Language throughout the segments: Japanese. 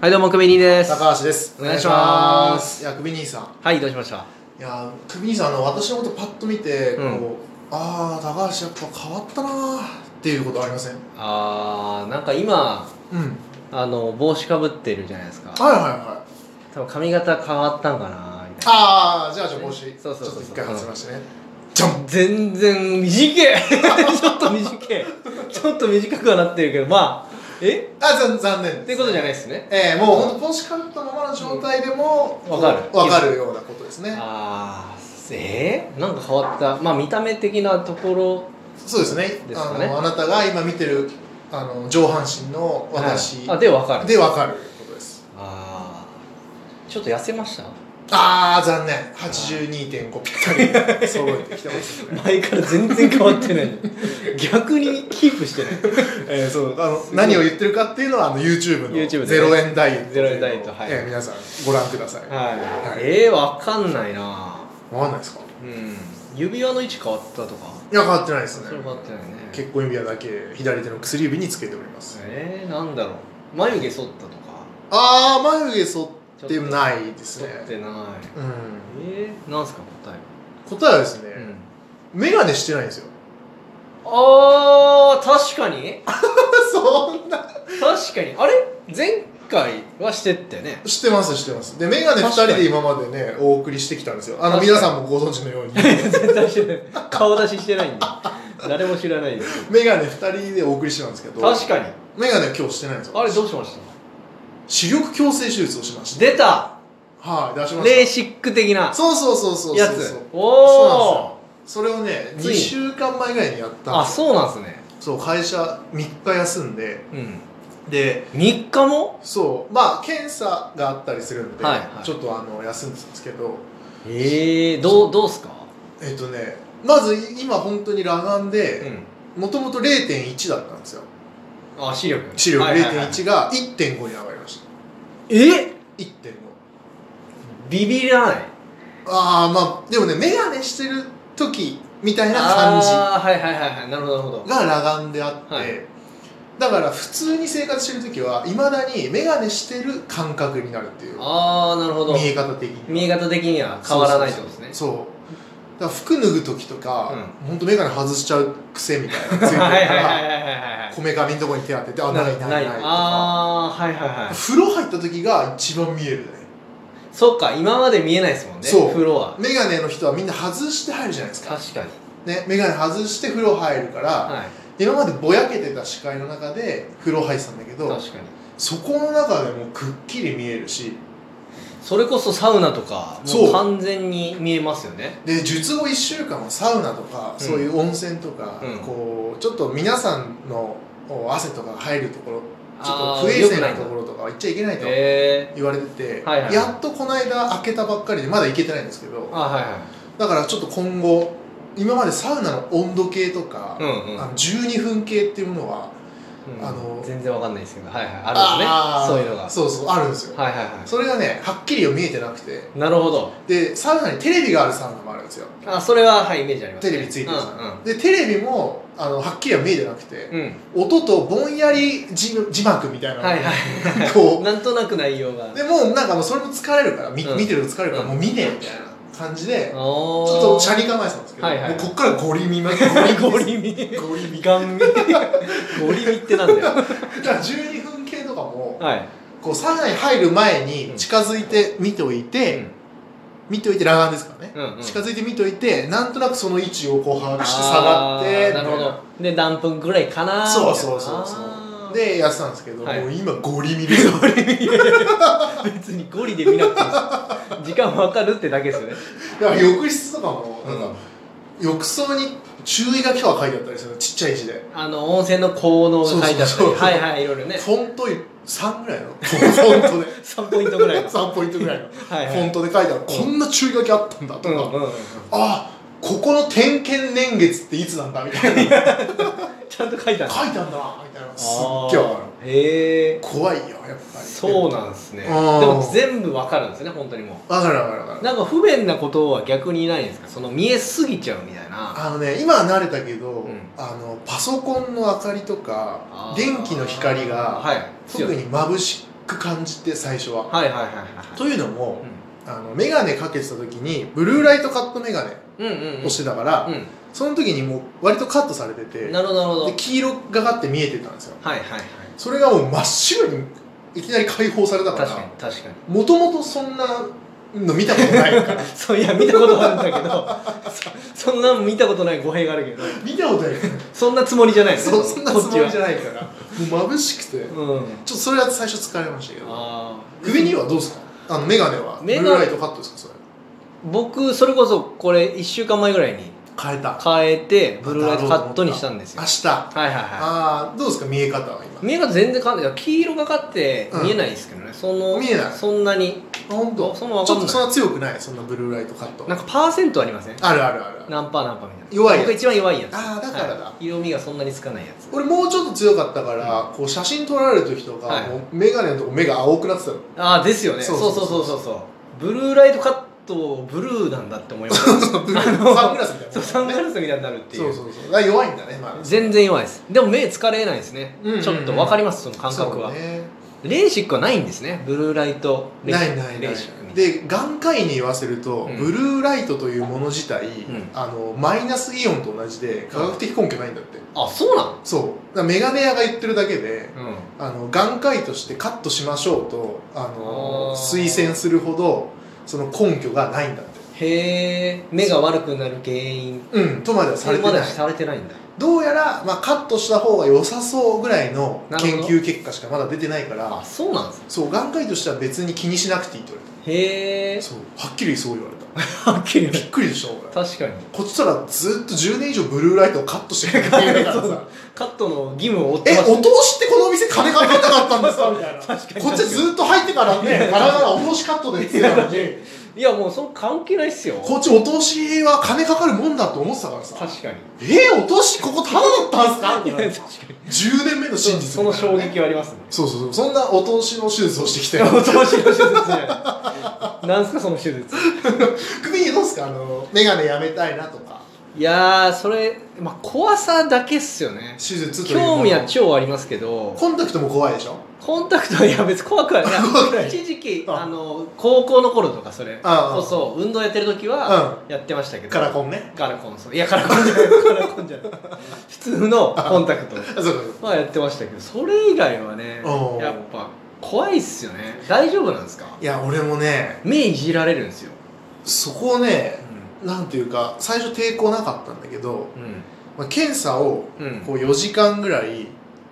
はいどうもクビニーです高橋ですお願いしますいやクビ兄さんはいどうしましたいやクビ兄さんあの私のことパッと見てこう、うんああ高橋やっぱ変わったなーっていうことありませんうあーなんか今んあの帽子かぶってるじゃないですかはいはいはい多分髪型変わったんかなみたいなああじゃあじゃあ帽子そうそうそうそうちょっと一回外しましてねじゃん全然短い ちょっと短いちょっと短くはなってるけどまあえあざん残念っていうことじゃないですねええもうほんと帽子かぶったままの状態でもうんわかるこうわかるようなことですねあーえー、なんか変わったまあ見た目的なところそうですねですかあねのあなたが今見てるあの上半身の私はいあでわかるでわかることですあーちょっと痩せましたああ残念82.5ぴったり揃えてきてますね前から全然変わってない 逆にキープしてないえー、そうあの何を言ってるかっていうのはあの YouTube の YouTube でゼねロ円ダイエットゼロ円ダイエットはいえー皆さんご覧ください、わは、はいいえー、わかんないなかんないですかうん指輪の位置変わったとかいや変わってないですねそれ変わってないね結婚指輪だけ左手の薬指につけております、えー、なんだろう眉毛剃ったとかああ眉毛剃ってないです剃ねってないうんえー、なんすか答答えはですねえ、、メガネしてないんですよ あー確かにそんな確かにあれ前回はしてったよ ねしてますしてますでメガネ2人で今までねお送りしてきたんですよあの確かに皆さんもご存知のように絶対してない顔出ししてないん で誰も知らないですメガネ2人でお送りしてたんですけど確かにメガネは今日してないんですよあれどうしました視力矯正手術をしました出たはい出しまレーしシック的なたそうそうそうそうそうやそつうおおそれをねつい2に週間前ぐらいにやったんあですよそうなんすねそう会社3日休んでうんで3日もそうまあ検査があったりするんで、はいはいちょっとあの休んでたんですけどええー、どうどうすかえっとねまず今本当に裸眼うでんもともと0.1だったんですよあ視力視力はいはいはい0.1が1.5に上がりましたえ1.5ビビらないああまあでもね眼鏡してる時みたいな感じあーはいはいはいはいなるほどなるほどが裸眼であって、はいだから普通に生活してる時はいまだに眼鏡してる感覚になるっていうああなるほど見え方的に見え方的には変わらないってことですねそうだから服脱ぐ時とか、ほんと眼鏡外しちゃう癖みたいなのついてる かはいはいはいらはいはいはいこめかみのとこに手当ててあないないないとかああーはいはいはい風呂入った時が一番見えるねそっか今まで見えないですもんねそう風呂は眼鏡の人はみんな外して入るじゃないですか確かにね眼鏡外して風呂入るから、はい今までぼやけてた視界の中で風呂入ってたんだけど確かにそこの中でもくっきり見えるしそれこそサウナとかもそうう完全に見えますよねで術後1週間はサウナとか、うんそういう温泉とか、うんこうちょっと皆さんのこう汗とかが入るところちょっとあ不ー衛良く生ないなんだところとかは行っちゃいけないとえ言われてて、はいはいやっとこの間開けたばっかりでまだ行けてないんですけー、どあはいはいだからちょっと今後今までサウナの温度計とか、うんうんあの12分計っていうものはうんあの全然わかんないですけどはいはいああーるんですねそういうのがそうそうあるんですよ、はいはいはそれがねはっきりは見えてなくていなるほどでサウナにテレビがあるサウナもあるんですよあそれははいイメージあります、テね、レビついてるうサんウナ、でテレビもあのはっきりは見えてなくて、うん、音とぼんやり字字幕みたいうん、なのはいはい こなんとなく内容がうでもうなんかもうそれも疲れるから、みうん見てると疲れるから、うんもう見ねえみたいな感じで、おちょっと車に構えてたんですけど、はいはいもうこっからゴリ見ますゴ リゴリ見ゴリ見ガン見ゴリ見ってなんだよだから12分系とかもはい、こうサウナに入る前に近づいて見ておいうて、ん見ておいて裸眼ですからね、うんうん近づいて見ておいてなんとなくその位置をこう把握して下があっーてなるほみたいどで何分ぐらいかなそうそうそうあそうーでやってたんですけど、はいもう今ゴリ見るよ別にゴリで見なく ていいです時間わかるってだけですよねだから浴室とかもなんか、うん浴槽に注意書きとか書いてあったりするのちっちゃい字であの温泉の効能が書いてあったそうそうりそうはいはいいろいろねフォント3ぐらいの フォントで3ポイントぐらいの3ポイントぐらいのはいはいフォントで書いてあるこんな注意書きあったんだとか、うんうんうんあここの点検年月っていつなんだみたい なちゃんと書いてある書いたんだなみたいなすっげえわあかるーへえ怖いよやっぱりそうなんですねであーも全部わかるんですね本当にもわかるわかるわかうるなんか不便なことは逆にないんですかその見えすぎちゃうみたいなあのね今は慣れたけど、うんあのパソコンの明かりとあかー電気の光がはい特に眩しく感じて最初は。はいはいはいはいというのもあのメガネかけてた時にブルーライトカットメガネうんうんうんをしてたから、うんその時にもう割とカットされててなるほどなるほどで黄色がかって見えてたんですよはいはいはいそれがもう真っ白にいきなり解放されたか確からに確かにもともとそんなの見たことない からそういや見たことあるんだけどそそんなん見たことない語弊があるけど見たことないからそんなつもりじゃないですそうそんなつもりじゃないないからもう眩しくてちょっうんとそれは最初疲れましたけどあグビニーはどうですかあのメガネはブメルガネーライトカットですかそれ僕それこそこれ1週間前ぐらいに変えた変えてブルーライトカットにしたんですよ明日あはいはいはあーどうですか見え方は今い見え方全然変わんない黄色がかって見えないですけどね、その見えないそんなに本当そんなわちかんょっないとそんな強くないそんなブルーライトカットなんかパーセントありませんあるあるある何パー何パーみたいな弱いやつ僕一番弱いやつあーだからだはい色味がそんなにつかないやつ俺もうちょっと強かったから、こう写真撮られる時とか、はいもう眼鏡のとこ目が青くなって たのああですよねそそううそそううそそううそそううそうブルーライトカットブルーなんだって思いま したそうブルーサングラスみたいなそうサングスラスみたいになるっていそううそうそうだから弱いんだねまあ全然弱いですでも目疲れないですね、うんうんうんちょっと分かりますその感覚は、そうねレーシックはないんですねブルーライトレーなシッいクないなレいーシックみたいで眼科医に言わせると、うんブルーライトというもの自体、んあのマイナスイオンと同じで科学的根拠ないんだって、なあそうなのそうだから眼鏡屋が言ってるだけでうんあの眼科医としてカットしましょうとあのあー推薦するほどその根拠がないんだってへえ目が悪くなる原因うんとまではさそれれてなまいでされてないんだどうやら、まあ、カットした方が良さそうぐらいのなる研ほど究結果しかまだ出てないからあそうなんですねそう眼科医としては別に気にしなくていいって言われへえたそうはっきりそう言われ たはっきりびっくりでした俺確かにこっちからずっと10年以上ブルーライトをカットしてくれてるから そうさカットの義務を負ってえまおし通しってこのお店金かけなかったんですかみたいな確かにこっちはずっと入ってからねガラガラお通しカットでって言ってたのにたいやもうその関係ないっすよこっちお通しは金かかるもんだと思ってたからさ確かにえお通しここタダだったんいでやすか確みたいかなに10年目の真実そのみたいな衝ね撃はありますねそうそうそうそんなお通しの手術をして きてお通しの手術じゃない なんすかその手術クビにどうですかあの眼鏡やめたいなとかいやーそれ、まあ、怖さだけっすよね手術というもの興味は超ありますけどコンタクトも怖いでしょコンタクトはいや別に怖くはない怖くない一時期ああの高校の頃とかそれああこそ運動やってる時はやってましたけどカラコンねガラコンそういやカラコンじゃないカラコンじゃない普通のコンタクトあそうかそうかまあやってましたけどそれ以外はねおーやっぱ怖いっすよね大丈夫なんですかいや俺もね目いじられるんですよそこをねなんていうか最初抵抗なかったんだけど、うんまあ、検査をうんこう4時間ぐらい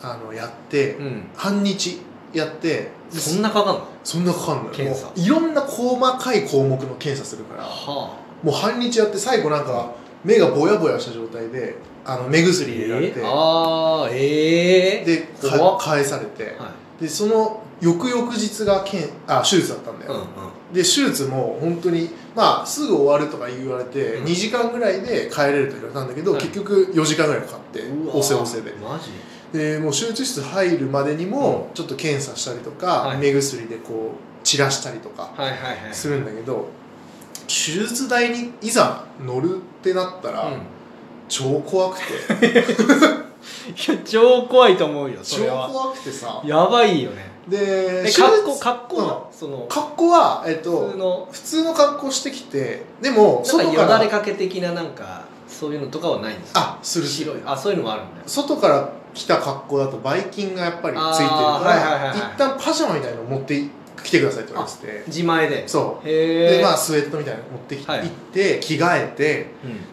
あのやって、うん半日やってそんなかかんのそんなかかんない検査もういろんな細かい項目の検査するからはもう半日やって最後なんか目がぼやぼやした状態であの目薬入れられて、えーあーええで怖かっ返されてはでその翌々日がけんあ手術だったんだいよ、うんうんで手術も本当にまあすぐ終わるとか言われて、うん2時間ぐらいで帰れると言われたんだけど、はい結局4時間ぐらいかかってうわーおせおせでマジでもう手術室入るまでにもちょっと検査したりとか、はい目薬でこう散らしたりとかはいはいはいするんだけど、手術台にいざ乗るってなったら、うん超怖くて。いや超怖いと思うよ そ超れは怖くてさやばいよねでえ手術格好格好はその格好は、えっ普通と、の普通の格好してきてでもなんか外よかだれらかけ的ななんかそういうのとかはないんですかあする白いあそういうのもあるんだよ外から来た格好だとばい菌がやっぱりついてるあーかはいはいらはいはい一旦パジャマみたいの持ってきてくださいって言われてて自前でそへうえでまあスウェットみたいなの持ってきて、はい行って着替えて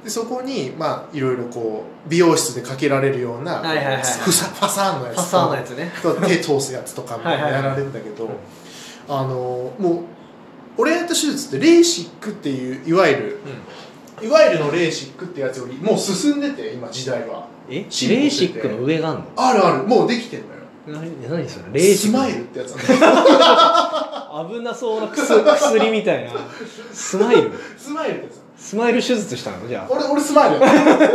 でそこにまあいろいろこう美容室でかけられるようなはいはいはいはいふさファサーンのやつパとサーのやつねと手通すやつとかもはいはいはいやられるんだけどうんあのもう俺がやった手術ってレーシックっていういわゆるいわゆるのレーシックってやつよりもう進んでて今時代はえレ進歩ーシしててックの上があんのあるあるもうできてんだよ何何それレーシスマイッルってやつなんだよ ク危なそうな薬 薬みたいなスマイル スマイルってやつスマイル手術したのじゃあ俺俺スマイルやった レ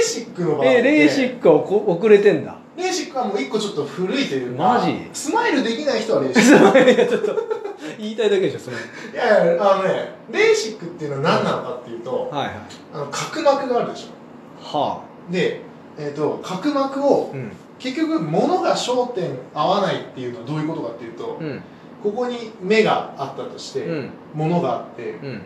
ーシックの場合えレーシクックはおこ遅れてんだレーシックはもう一個ちょっと古いというかマジスマイルできない人はレ ーシック言いたいだけでしょそれいやいやあのねレーシックっていうのは何なのかっていうとはいはいあの角膜があるでしょはで、えー、と角膜をあうん結局物が焦点合わないっていうのはどういうことかっていうと、うんここに目があったとして、うん物があってうん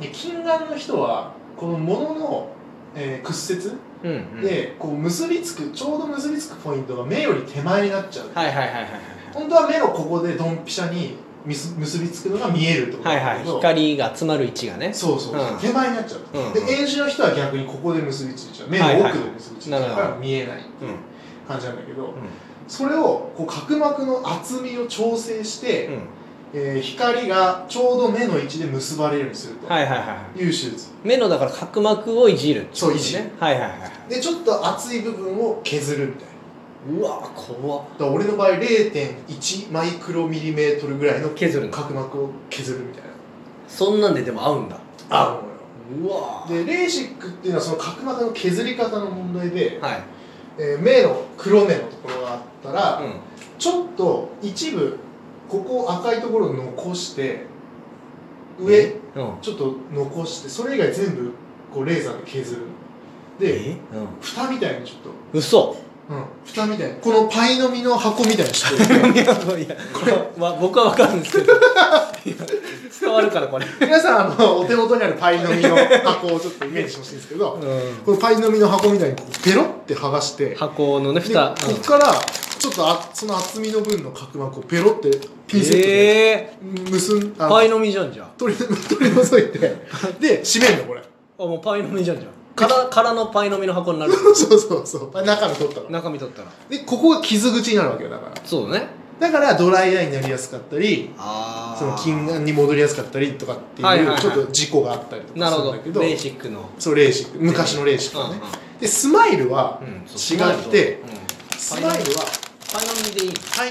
で近眼の人はこの物の、えー屈折うんでこう結びつくちょうど結びつくポイントが目より手前になっちゃう、はいはいはいはい本当は目のここでドンピシャに結結びつくのが見えるってことはいはなはいいんだけど、光が詰まる位置がねそうそうそう、うん手前になっちゃう、うんうんで遠視の人は逆にここで結びついちゃう目の奥で結びついちゃうはいはいから見えないってうんいう感じなんだけど、うんそれをこう角膜の厚みを調整して、うえー光がちょうど目の位置で結ばれるようにするんというはいはいはいはい手術、目のだから角膜をいじるってことそういじるはいはいはいはいでちょっと厚い部分を削るみたいなうわ怖っだから俺の場合0.1マイクロミリメートルぐらいの削るの角膜を削るみたいなそんなんででも合うんだあるのようわでレーシックっていうのはその角膜の削り方の問題で、はいえー目の黒目のところがあったら、うんちょっと一部ここ赤いところを残して上うんちょっと残してそれ以外全部こうレーザーで削るえでうん蓋みたいにちょっと、嘘うん、蓋みたいにこのパイの実の箱みたいにしていやいやわ僕は分かるんですけどいや伝わるからこれ皆さんあのお手元にあるパイの実の箱をちょっとイメージしてほしいんですけどうんこのパイの実の箱みたいにこうペロって剥がして箱のねで蓋ここからちょっとあその厚みの分の角膜をペロってピンセットでええ結ん、あのパイの実じゃんじゃん取り取り 除いてで閉めんのこれ あもうパイの実じゃんじゃん からからのパイの実の箱になる そうそうそう中身取ったの中身取ったらでここが傷口になるわけよだからそうねだからドライアイになりやすかったりああその近眼に戻りやすかったりとかっていう、はいはいはいちょっと事故があったりとなかるすほるんどだレけどーシックのそうレーシック昔のレーシックはね、でスマイルはうんうん違ってうんスマイルはパイの実でいいの肺の